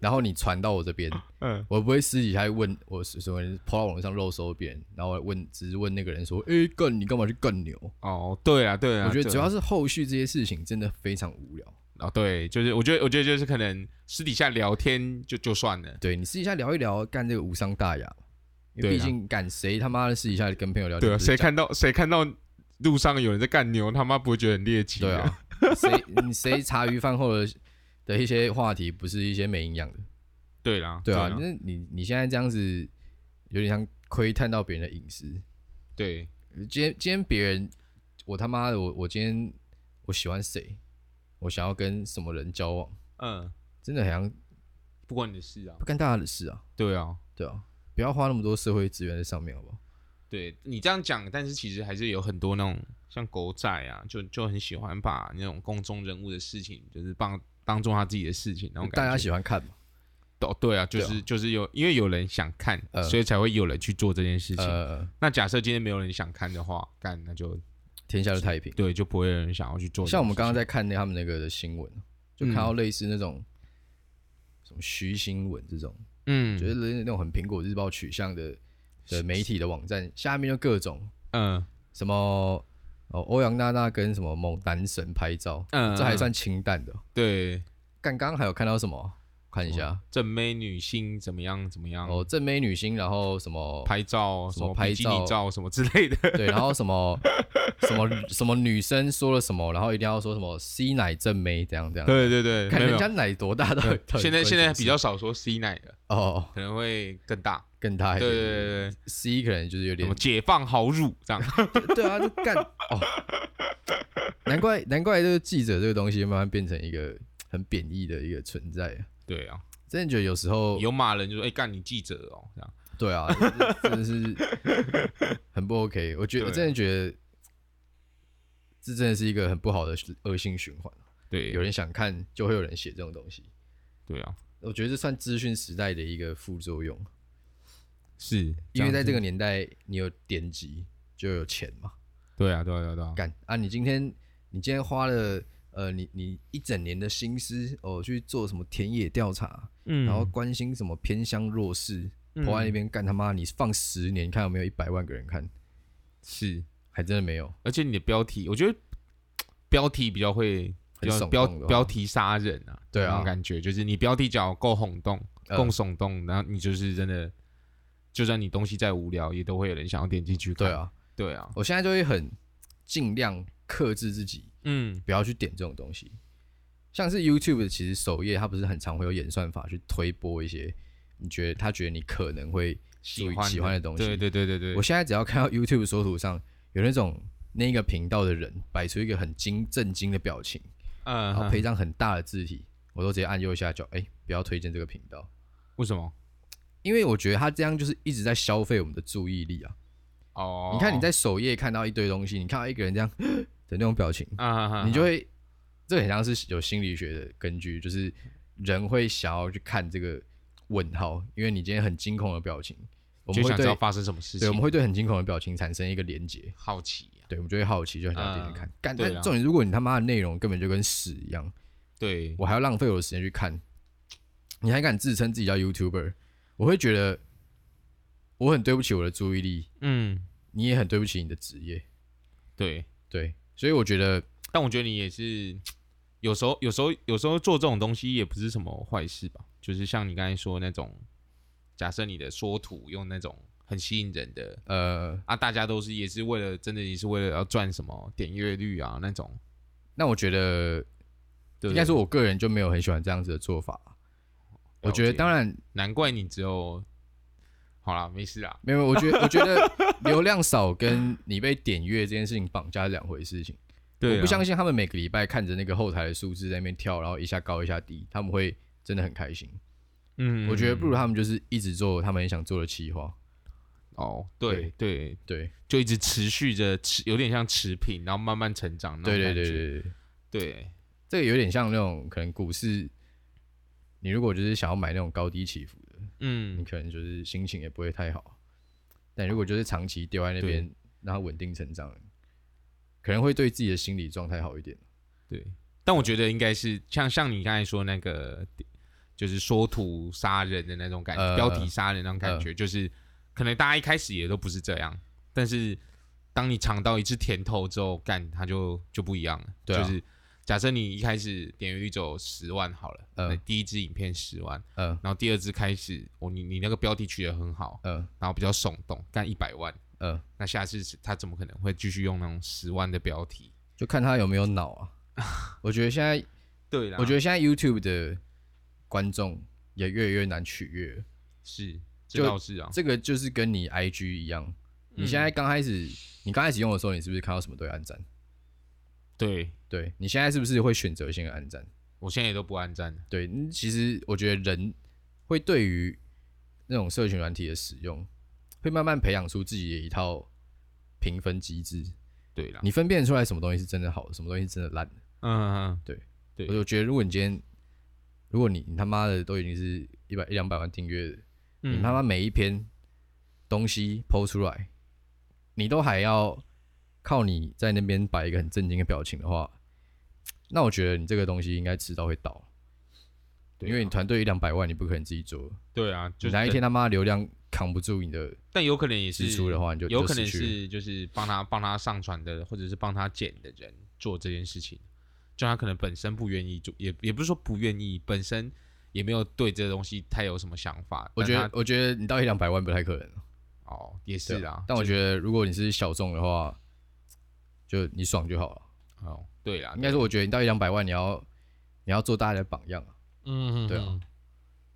[SPEAKER 1] 然后你传到我这边，
[SPEAKER 2] 嗯
[SPEAKER 1] 我不会私底下问我是什么人抛到网络上肉搜别人，然后问只是问那个人说，哎、干你干嘛去干牛？
[SPEAKER 2] 哦，对啊，对啊，
[SPEAKER 1] 我觉得
[SPEAKER 2] 对
[SPEAKER 1] 主
[SPEAKER 2] 啊
[SPEAKER 1] 要是后续这些事情真的非常无聊。
[SPEAKER 2] 哦，对，就是我觉得，我觉得就是可能私底下聊天就就算了。
[SPEAKER 1] 对你私底下聊一聊，干这个无伤大雅，因为
[SPEAKER 2] 对
[SPEAKER 1] 毕
[SPEAKER 2] 啊
[SPEAKER 1] 竟干谁他妈的私底下跟朋友聊天
[SPEAKER 2] 对
[SPEAKER 1] 不
[SPEAKER 2] 啊，
[SPEAKER 1] 是
[SPEAKER 2] 谁
[SPEAKER 1] 讲？
[SPEAKER 2] 看到谁看到路上有人在干牛，他妈不会觉得很猎奇？
[SPEAKER 1] 对，啊， 谁你谁茶余饭后的的一些话题，不是一些没营养的。
[SPEAKER 2] 对啦，
[SPEAKER 1] 对啊，
[SPEAKER 2] 啦
[SPEAKER 1] 那你你现在这样子，有点像窥探到别人的隐私。
[SPEAKER 2] 对
[SPEAKER 1] 今天今天别人，我他妈的，我我今天我喜欢谁，我想要跟什么人交往，
[SPEAKER 2] 嗯，
[SPEAKER 1] 真的好像
[SPEAKER 2] 不关你的事啊
[SPEAKER 1] 不。干大家的事啊。
[SPEAKER 2] 对啊，
[SPEAKER 1] 对啊，不要花那么多社会资源在上面，好不好？
[SPEAKER 2] 对你这样讲，但是其实还是有很多那种像狗仔啊，就就很喜欢把那种公众人物的事情，就是当当做他自己的事情，然后
[SPEAKER 1] 大家喜欢看嘛。
[SPEAKER 2] 哦，对啊，就是、就是有因为有人想看，
[SPEAKER 1] 呃
[SPEAKER 2] 所以才会有人去做这件事情。
[SPEAKER 1] 呃，
[SPEAKER 2] 那假设今天没有人想看的话，干那就
[SPEAKER 1] 天下就太平。
[SPEAKER 2] 对，就不会有人想要去做这种事情。
[SPEAKER 1] 像我们刚刚在看那他们那个的新闻，就看
[SPEAKER 2] 嗯
[SPEAKER 1] 到类似那种、什么徐新闻这种，
[SPEAKER 2] 嗯，
[SPEAKER 1] 觉得那种很苹果日报取向的的媒体的网站，下面就各种
[SPEAKER 2] 嗯
[SPEAKER 1] 什么哦欧阳娜娜跟什么某男神拍照，
[SPEAKER 2] 嗯，
[SPEAKER 1] 这还
[SPEAKER 2] 嗯
[SPEAKER 1] 算清淡的。
[SPEAKER 2] 对
[SPEAKER 1] 干刚刚还有看到什么？看一下
[SPEAKER 2] 正妹女星怎么样怎么样
[SPEAKER 1] 哦，正美女星，然后什么
[SPEAKER 2] 拍照
[SPEAKER 1] 什
[SPEAKER 2] 什
[SPEAKER 1] 么
[SPEAKER 2] 么
[SPEAKER 1] 拍
[SPEAKER 2] 比基尼
[SPEAKER 1] 照
[SPEAKER 2] 照什么之 类的，
[SPEAKER 1] 对，然后什么 什么什么女生说了什么，然后一定要说什么 C 奶正妹这样这样，
[SPEAKER 2] 对对对，
[SPEAKER 1] 看
[SPEAKER 2] 没有
[SPEAKER 1] 人
[SPEAKER 2] 没
[SPEAKER 1] 家
[SPEAKER 2] 有
[SPEAKER 1] 奶多大到底到底
[SPEAKER 2] 现在
[SPEAKER 1] 关
[SPEAKER 2] 现在
[SPEAKER 1] 什么事
[SPEAKER 2] 比较少说 C 奶了，
[SPEAKER 1] 哦
[SPEAKER 2] 可能会更大。
[SPEAKER 1] 更大一
[SPEAKER 2] 对
[SPEAKER 1] 点
[SPEAKER 2] 对对对
[SPEAKER 1] C 可能就是有
[SPEAKER 2] 对，什
[SPEAKER 1] 点
[SPEAKER 2] 么解放豪乳 这样？
[SPEAKER 1] 对啊，就干哦，难怪难怪这个记者这个东西慢慢变成一个很贬义的一个存在啊，
[SPEAKER 2] 对啊，
[SPEAKER 1] 真的觉得有时候
[SPEAKER 2] 有骂人就说哎干你记者哦这样。
[SPEAKER 1] 对 啊，这真的是很不 OK。我觉得
[SPEAKER 2] 对
[SPEAKER 1] 我真的觉得这真的是一个很不好的恶性循环。
[SPEAKER 2] 对，
[SPEAKER 1] 有人想看，就会有人写这种东西。
[SPEAKER 2] 对啊，
[SPEAKER 1] 我觉得这算资讯时代的一个副作用，
[SPEAKER 2] 是
[SPEAKER 1] 因为在这
[SPEAKER 2] 个
[SPEAKER 1] 个年代，你有点击就有钱嘛。
[SPEAKER 2] 对啊对啊对啊对啊，
[SPEAKER 1] 干啊！你今天你今天花了呃，你你一整年的心思哦，去做什么田野调查，
[SPEAKER 2] 嗯
[SPEAKER 1] 然后关心什么偏乡弱势，
[SPEAKER 2] 嗯
[SPEAKER 1] 国外那边干他妈，你放十年，看有没有一百万个人看，
[SPEAKER 2] 是，
[SPEAKER 1] 还真的没有。
[SPEAKER 2] 而且你的标题，我觉得标题比较会。比
[SPEAKER 1] 很
[SPEAKER 2] 较
[SPEAKER 1] 耸
[SPEAKER 2] 标
[SPEAKER 1] 动的话
[SPEAKER 2] 标题杀人啊，
[SPEAKER 1] 对啊
[SPEAKER 2] 那种感觉就是你标题只要够轰动、
[SPEAKER 1] 呃
[SPEAKER 2] 够耸动，然后你就是真的，就算你东西再无聊，也都会有人想要点进去看。
[SPEAKER 1] 对，啊，
[SPEAKER 2] 对啊，
[SPEAKER 1] 我现在就会很尽量克制自己，
[SPEAKER 2] 嗯，
[SPEAKER 1] 不要去点这种东西。像是 YouTube 其实首页它不是很常会有演算法去推播一些你觉得他觉得你可能会注意
[SPEAKER 2] 欢
[SPEAKER 1] 喜欢的东西，
[SPEAKER 2] 对对对对对，
[SPEAKER 1] 我现在只要看到 YouTube 搜图上有那种那个频道的人摆出一个很惊震惊的表情，
[SPEAKER 2] 嗯
[SPEAKER 1] 然后
[SPEAKER 2] 哼，
[SPEAKER 1] 配一张很大的字体，我都直接按右下角，哎、不要推荐这个频道，
[SPEAKER 2] 为什么？
[SPEAKER 1] 因为我觉得他这样就是一直在消费我们的注意力啊。
[SPEAKER 2] 哦，
[SPEAKER 1] 你看你在首页看到一堆东西，你看到一个人这样 的那种表情，
[SPEAKER 2] 啊，哈
[SPEAKER 1] 你就
[SPEAKER 2] 哈
[SPEAKER 1] 会这很像是有心理学的根据，就是人会想要去看这个问号，因为你今天很惊恐的表情，我们
[SPEAKER 2] 就
[SPEAKER 1] 会
[SPEAKER 2] 想知道
[SPEAKER 1] 对
[SPEAKER 2] 发生什么事情，
[SPEAKER 1] 对我们会对很惊恐的表情产生一个连结。
[SPEAKER 2] 好奇啊，
[SPEAKER 1] 对，我们就会好奇，就很想点进去看。干、
[SPEAKER 2] 对
[SPEAKER 1] 但
[SPEAKER 2] 啊
[SPEAKER 1] 重点，如果你他妈的内容根本就跟屎一样，
[SPEAKER 2] 对，
[SPEAKER 1] 我还要浪费我的时间去看，你还敢自称自己叫 YouTuber，我会觉得我很对不起我的注意力，
[SPEAKER 2] 嗯，
[SPEAKER 1] 你也很对不起你的职业。
[SPEAKER 2] 对，
[SPEAKER 1] 对，所以我觉得
[SPEAKER 2] 但我觉得你也是，有时候有时候有时候做这种东西也不是什么坏事吧，就是像你刚才说那种，假设你的缩图用那种很吸引人的
[SPEAKER 1] 呃，
[SPEAKER 2] 啊，大家都是也是为了真的也是为了要赚什么点阅率啊那种，
[SPEAKER 1] 那我觉得
[SPEAKER 2] 对不对
[SPEAKER 1] 应该说，我个人就没有很喜欢这样子的做法。我觉得
[SPEAKER 2] 了解
[SPEAKER 1] 当然
[SPEAKER 2] 难怪你只有，好啦，没事啦，
[SPEAKER 1] 没有，我觉得我觉得流量少跟你被点阅这件事情绑架是两回事情。
[SPEAKER 2] 对啊
[SPEAKER 1] 我不相
[SPEAKER 2] 信，
[SPEAKER 1] 信他们每个礼拜看着那个后台的数字在那边跳，然后一下高一下低，他们会真的很开心。
[SPEAKER 2] 嗯
[SPEAKER 1] 我觉得不如他们就是一直做他们很想做的企划。
[SPEAKER 2] 哦，对对，
[SPEAKER 1] 对
[SPEAKER 2] 就一直持续着持，有点像持平，然后慢慢成长。
[SPEAKER 1] 对对对对对，
[SPEAKER 2] 对对，
[SPEAKER 1] 这个有点像那种可能股市，你如果就是想要买那种高低起伏的，你
[SPEAKER 2] 嗯，
[SPEAKER 1] 可能就是心情也不会太好。但如果就是长期丢在那边，让它稳定成长，可能会对自己的心理状态好一点。
[SPEAKER 2] 对。但我觉得应该是像像你刚才说那个，就是缩图杀人的那种感觉，
[SPEAKER 1] 呃
[SPEAKER 2] 标题杀人那种感觉，就是可能大家一开始也都不是这样，但是当你尝到一次甜头之后，干它就就不一样了。
[SPEAKER 1] 对啊
[SPEAKER 2] 就是假设你一开始点阅率只有十万好了，
[SPEAKER 1] 嗯
[SPEAKER 2] 那第一支影片十万，
[SPEAKER 1] 嗯
[SPEAKER 2] 然后第二支开始，哦，你你那个标题取得很好，
[SPEAKER 1] 嗯
[SPEAKER 2] 然后比较耸动，干一百万。
[SPEAKER 1] 嗯，
[SPEAKER 2] 那下次是他怎么可能会继续用那种十万的标题？
[SPEAKER 1] 就看他有没有脑 啊。我觉得现在
[SPEAKER 2] 对啊啦
[SPEAKER 1] 我觉得现在 YouTube 的观众也越来越难取悦了，
[SPEAKER 2] 是，
[SPEAKER 1] 就
[SPEAKER 2] 这倒是啊。
[SPEAKER 1] 这个就是跟你 IG 一样，你
[SPEAKER 2] 嗯
[SPEAKER 1] 现在刚开始，你刚开始用的时候，你是不是看到什么都会按赞？
[SPEAKER 2] 对
[SPEAKER 1] 对你现在是不是会选择性的按赞？
[SPEAKER 2] 我现在也都不按赞了。
[SPEAKER 1] 对，嗯其实我觉得人会对于那种社群软体的使用，会慢慢培养出自己的一套评分机制，
[SPEAKER 2] 对啊啦，
[SPEAKER 1] 你分辨出来什么东西是真的好，什么东西是真的烂。
[SPEAKER 2] 嗯嗯，对
[SPEAKER 1] 我就觉得，如果你今天，如果你你他妈的都已经是一百一两百万订阅了。
[SPEAKER 2] 嗯
[SPEAKER 1] 你他妈每一篇东西剖出来，你都还要靠你在那边摆一个很震惊的表情的话，那我觉得你这个东西应该迟早会倒，
[SPEAKER 2] 对啊
[SPEAKER 1] 因为你团队一两百万，你不可能自己做，
[SPEAKER 2] 对啊，
[SPEAKER 1] 就
[SPEAKER 2] 就
[SPEAKER 1] 是哪一天他妈流量扛不住你的
[SPEAKER 2] 但有可能也是
[SPEAKER 1] 支出的话，你就
[SPEAKER 2] 有可能
[SPEAKER 1] 就失去了
[SPEAKER 2] 是就是帮他帮他上传的，或者是帮他剪的人做这件事情，就他可能本身不愿意做，也也不是说不愿意，本身也没有对这个东西太有什么想法。
[SPEAKER 1] 我
[SPEAKER 2] 但
[SPEAKER 1] 觉得
[SPEAKER 2] 他
[SPEAKER 1] 我觉得你到一两百万不太可能，
[SPEAKER 2] 哦也
[SPEAKER 1] 对
[SPEAKER 2] 是啊，
[SPEAKER 1] 但我
[SPEAKER 2] 就
[SPEAKER 1] 觉得如果你是小众的话，就你爽就好了。
[SPEAKER 2] 哦对啦，
[SPEAKER 1] 应该说，我觉得你到一两百万，你要你要做大家的榜样啊。
[SPEAKER 2] 嗯
[SPEAKER 1] 对啊，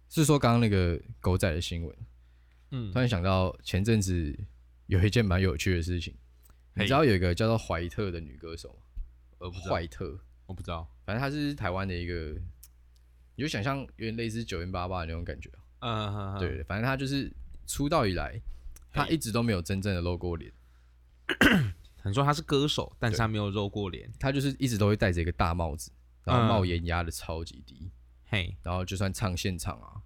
[SPEAKER 1] 是说刚刚那个狗仔的新闻，
[SPEAKER 2] 嗯
[SPEAKER 1] 突然想到前阵子有一件蛮有趣的事情，你
[SPEAKER 2] 嘿
[SPEAKER 1] 知道有一个叫做怀特的女歌手吗？
[SPEAKER 2] 我不知道，
[SPEAKER 1] 怀特，
[SPEAKER 2] 我不知道，
[SPEAKER 1] 反正她是台湾的一个，你就想象有点类似九零八八的那种感觉啊。
[SPEAKER 2] 嗯，
[SPEAKER 1] 对，反正她就是出道以来，她一直都没有真正的露过脸，
[SPEAKER 2] 很说他是歌手，但是他没有露过脸，
[SPEAKER 1] 她就是一直都会戴着一个大帽子，然后
[SPEAKER 2] 嗯
[SPEAKER 1] 帽檐压的超级低，
[SPEAKER 2] 嘿，
[SPEAKER 1] 然后就算唱现场啊，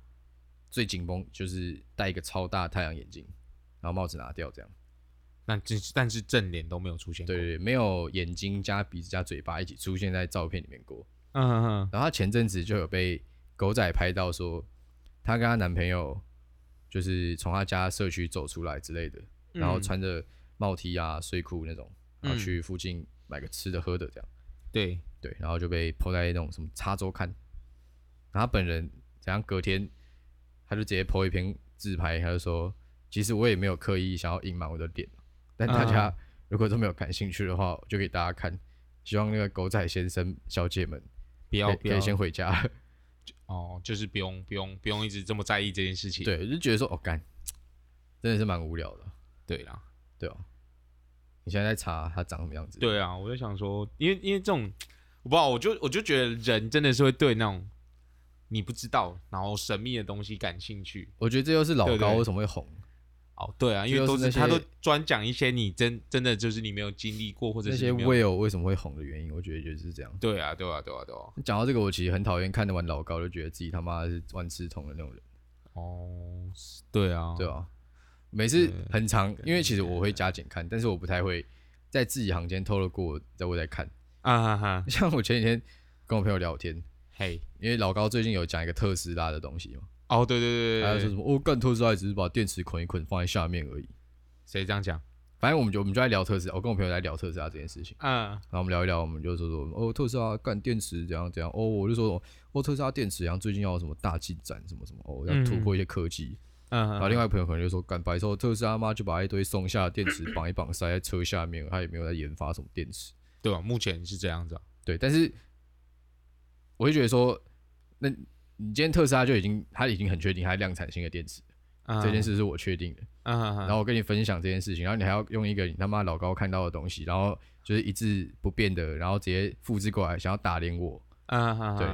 [SPEAKER 1] 最紧绷就是戴一个超大太阳眼镜，然后帽子拿掉这样。
[SPEAKER 2] 那这但是正脸都没有出现过，
[SPEAKER 1] 对对，对没有眼睛加鼻子加嘴巴一起出现在照片里面过。
[SPEAKER 2] 嗯哼哼，
[SPEAKER 1] 然后她前阵子就有被狗仔拍到说，她跟她男朋友就是从她家社区走出来之类的，然后
[SPEAKER 2] 嗯
[SPEAKER 1] 穿着帽 T 啊、睡裤那种，然后
[SPEAKER 2] 嗯
[SPEAKER 1] 去附近买个吃的喝的这样。
[SPEAKER 2] 对，
[SPEAKER 1] 对，然后就被抛在那种什么《插周刊》，然后他本人怎样隔天他就直接抛一篇自拍，他就说：“其实我也没有刻意想要隐瞒我的脸，但大
[SPEAKER 2] 嗯
[SPEAKER 1] 家如果都没有感兴趣的话，我就给大家看。希望那个狗仔先生、小姐们
[SPEAKER 2] 不
[SPEAKER 1] 可
[SPEAKER 2] 要
[SPEAKER 1] 以
[SPEAKER 2] 不
[SPEAKER 1] 可以
[SPEAKER 2] 要
[SPEAKER 1] 先回家 了。
[SPEAKER 2] 哦，就是不用不用不用一直这么在意这件事情。
[SPEAKER 1] 对，我就觉得说，哦，干，真的是蛮无聊的，
[SPEAKER 2] 对啦，
[SPEAKER 1] 对哦。你现在在查他长什么样子？，
[SPEAKER 2] 对啊，我就想说，因为因为这种，我不知道，我就我就觉得人真的是会对那种你不知道然后神秘的东西感兴趣。
[SPEAKER 1] 我觉得这又是老
[SPEAKER 2] 对对
[SPEAKER 1] 高为什么会红，
[SPEAKER 2] 哦，对啊，因为
[SPEAKER 1] 这就
[SPEAKER 2] 都
[SPEAKER 1] 是
[SPEAKER 2] 是
[SPEAKER 1] 那些
[SPEAKER 2] 他都专讲一些你真真的就是你没有经历过或者
[SPEAKER 1] 那
[SPEAKER 2] 是
[SPEAKER 1] 些
[SPEAKER 2] 你没有
[SPEAKER 1] Will 为什么会红的原因，我觉得就是这样。
[SPEAKER 2] 对啊对啊对啊对啊。
[SPEAKER 1] 讲到这个，我其实很讨厌看得完老高就觉得自己他妈是万事通的那种人，
[SPEAKER 2] 哦，是对啊，
[SPEAKER 1] 对吧、每次很长，因为其实我会加减看，但是我不太会在自己行间透露过在我在看。
[SPEAKER 2] 啊哈哈，
[SPEAKER 1] 像我前几天跟我朋友聊天，
[SPEAKER 2] 嘿，
[SPEAKER 1] 因为老高最近有讲一个特斯拉的东西嘛，
[SPEAKER 2] 哦，对对
[SPEAKER 1] 他
[SPEAKER 2] 对
[SPEAKER 1] 就说
[SPEAKER 2] 对对，
[SPEAKER 1] 什么哦，干特斯拉也只是把电池捆一捆放在下面而已。
[SPEAKER 2] 谁这样讲？
[SPEAKER 1] 反正我们就我们就在聊特斯拉，我跟我朋友在聊特斯拉这件事情，
[SPEAKER 2] 嗯，
[SPEAKER 1] 然后我们聊一聊，我们就说说哦，特斯拉干电池怎样怎样，哦，我就说哦，特斯拉电池然后最近要有什么大进展什么什么，哦，要突破一些科技。
[SPEAKER 2] 嗯
[SPEAKER 1] 然后另外一个朋友可能就说，干白之后特斯拉妈就把一堆松下的电池绑一绑塞在车下面，他也没有在研发什么电池。
[SPEAKER 2] 对吧？目前是这样子啊，
[SPEAKER 1] 对，但是我会觉得说，那你今天特斯拉就已经，它已经很确定它量产新的电池，
[SPEAKER 2] 嗯
[SPEAKER 1] 这件，事是我确定的。
[SPEAKER 2] 嗯哈哈，
[SPEAKER 1] 然后我跟你分享这件事情，然后你还要用一个你他妈老高看到的东西，然后就是一致不变的，然后直接复制过来，想要打脸我。
[SPEAKER 2] 嗯哈哈，
[SPEAKER 1] 对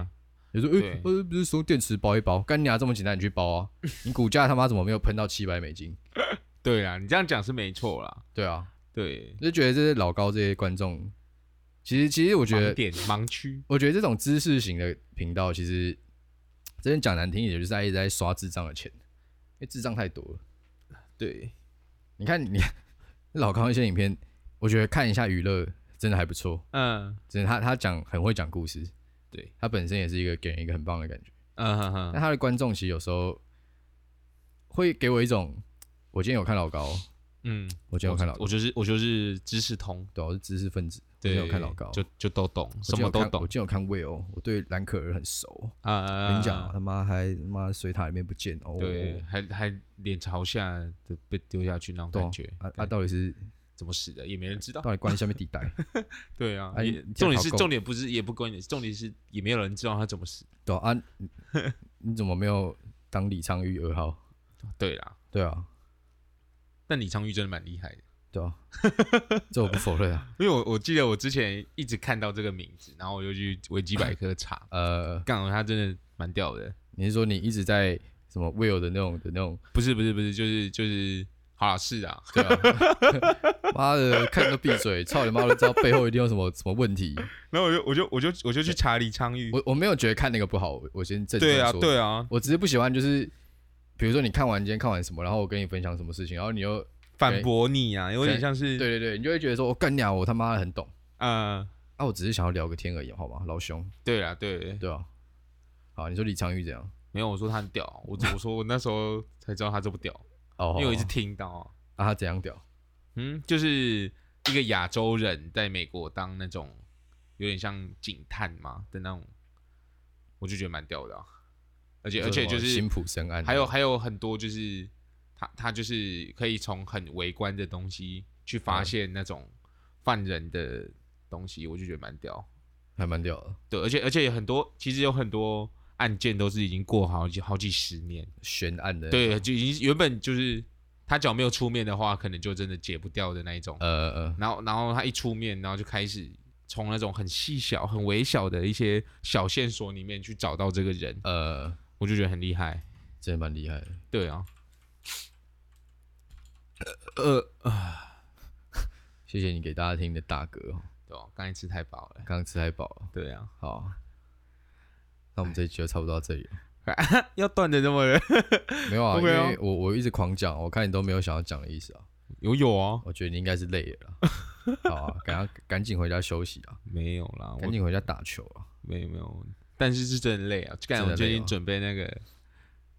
[SPEAKER 1] 你说，诶，
[SPEAKER 2] 对
[SPEAKER 1] 呃，不是说电池包一包，干你啊，这么简单，你去包啊？你股价他妈怎么没有喷到七百美金？
[SPEAKER 2] 对啊，你这样讲是没错啦，
[SPEAKER 1] 对啊，
[SPEAKER 2] 对，
[SPEAKER 1] 就觉得这些老高这些观众，其实其实我觉
[SPEAKER 2] 盲
[SPEAKER 1] 得，
[SPEAKER 2] 点盲区，
[SPEAKER 1] 我觉得这种知识型的频道，其实真的讲难听一点，就是在一直在刷智障的钱，因为智障太多了。
[SPEAKER 2] 对，
[SPEAKER 1] 你看你 老高那些影片，我觉得看一下娱乐真的还不错，
[SPEAKER 2] 嗯
[SPEAKER 1] 真的他他讲很会讲故事，
[SPEAKER 2] 对，
[SPEAKER 1] 他本身也是一个给人一个很棒的感觉。
[SPEAKER 2] 嗯哼
[SPEAKER 1] 但
[SPEAKER 2] 哼，
[SPEAKER 1] 他的观众其实有时候会给我一种，我今天有看老高，
[SPEAKER 2] 嗯，
[SPEAKER 1] 我今天有看老
[SPEAKER 2] 我
[SPEAKER 1] 高，
[SPEAKER 2] 就是我就是知识通，
[SPEAKER 1] 对啊，我是知识分子，我今
[SPEAKER 2] 对，
[SPEAKER 1] 天有看老高。
[SPEAKER 2] 就就都懂，
[SPEAKER 1] 我今
[SPEAKER 2] 什
[SPEAKER 1] 天
[SPEAKER 2] 么
[SPEAKER 1] 有
[SPEAKER 2] 都
[SPEAKER 1] 看我
[SPEAKER 2] 懂
[SPEAKER 1] 今天有看 Will，我对兰可儿很熟。
[SPEAKER 2] 啊。
[SPEAKER 1] 我跟你讲啊，他妈还他妈水塔里面不见哦。
[SPEAKER 2] 对，还还脸朝下的被丢下去那种
[SPEAKER 1] 对啊
[SPEAKER 2] 感觉，
[SPEAKER 1] 啊啊，到底是
[SPEAKER 2] 怎么死的也没人知道。
[SPEAKER 1] 到底关于下面地 带？
[SPEAKER 2] 对啊
[SPEAKER 1] 啊，
[SPEAKER 2] 也
[SPEAKER 1] 你讲
[SPEAKER 2] 重点
[SPEAKER 1] 好
[SPEAKER 2] 是
[SPEAKER 1] 够
[SPEAKER 2] 重点不是也不关你，重点是也没有人知道他怎么死。
[SPEAKER 1] 对啊，啊你你怎么没有当李昌钰二号？
[SPEAKER 2] 对啦，
[SPEAKER 1] 对啊，
[SPEAKER 2] 但李昌钰真的蛮厉害的，
[SPEAKER 1] 对啊，这我不否认 啊。，
[SPEAKER 2] 因为我我记得我之前一直看到这个名字，然后我就去维基百科查
[SPEAKER 1] 呃，
[SPEAKER 2] 干，他真的蛮屌的。
[SPEAKER 1] 你是说你一直在什么 Will 的那种的那种？
[SPEAKER 2] 不是不是不是，就是就是，好啦，是啊，
[SPEAKER 1] 对啊，妈的，看都闭 嘴，操你妈都知道背后一定有什么什么问题。
[SPEAKER 2] 然后我就我就我就我就去查李昌钰，
[SPEAKER 1] 我我没有觉得看那个不好，我我先正
[SPEAKER 2] 对啊
[SPEAKER 1] 常说。
[SPEAKER 2] 对啊，
[SPEAKER 1] 我只是不喜欢，就是比如说你看完今天看完什么，然后我跟你分享什么事情，然后你又
[SPEAKER 2] 反驳你啊，有点
[SPEAKER 1] 对
[SPEAKER 2] 像是
[SPEAKER 1] 对对对，你就会觉得说，我哦干娘，我他妈的很懂
[SPEAKER 2] 呃，
[SPEAKER 1] 啊，我只是想要聊个天而已，好吗，老兄？
[SPEAKER 2] 对啦，对，
[SPEAKER 1] 对啊，好，你说李昌钰这样，
[SPEAKER 2] 没有我说他很屌，我只我说我那时候才知道他这么屌，
[SPEAKER 1] 哦
[SPEAKER 2] 因为我一直
[SPEAKER 1] 哦
[SPEAKER 2] 听到啊，
[SPEAKER 1] 啊，他怎样屌？
[SPEAKER 2] 嗯，就是一个亚洲人在美国当那种有点像警探嘛的那种，我就觉得蛮屌的啊、而且而且就
[SPEAKER 1] 你说什么
[SPEAKER 2] 是
[SPEAKER 1] 辛普森案，啊
[SPEAKER 2] 还有还有很多就是他他就是可以从很微观的东西去发现那种犯人的东西，我就觉得蛮屌。
[SPEAKER 1] 还蛮屌的，
[SPEAKER 2] 对，而且而且很多其实有很多案件都是已经过好几好几十年，
[SPEAKER 1] 悬案的，，
[SPEAKER 2] 对，就已经原本就是他只要没有出面的话，可能就真的解不掉的那一种。
[SPEAKER 1] 呃呃，
[SPEAKER 2] 然后然后他一出面，然后就开始从那种很细小、很微小的一些小线索里面去找到这个人，
[SPEAKER 1] 呃，
[SPEAKER 2] 我就觉得很厉害。
[SPEAKER 1] 真的蛮厉害的。
[SPEAKER 2] 对啊，
[SPEAKER 1] 谢谢你给大家听的大哥哦，
[SPEAKER 2] 对啊，刚才吃太饱了。
[SPEAKER 1] 刚刚吃太饱了。
[SPEAKER 2] 对啊，
[SPEAKER 1] 好，那我们这一集就差不多到这里了。
[SPEAKER 2] 要断的那么
[SPEAKER 1] 没 有啊，因
[SPEAKER 2] OK 啊
[SPEAKER 1] 为我我一直狂讲，我看你都没有想要讲的意思啊。
[SPEAKER 2] 有有啊？
[SPEAKER 1] 我觉得你应该是累了啦。好啊，赶快赶紧回家休息啊，
[SPEAKER 2] 没有啦，
[SPEAKER 1] 赶
[SPEAKER 2] 我
[SPEAKER 1] 紧回家打球啊。
[SPEAKER 2] 没有没有，但是是真的累啊。干，
[SPEAKER 1] 真的
[SPEAKER 2] 我最
[SPEAKER 1] 累
[SPEAKER 2] 近
[SPEAKER 1] 哦
[SPEAKER 2] 准备那个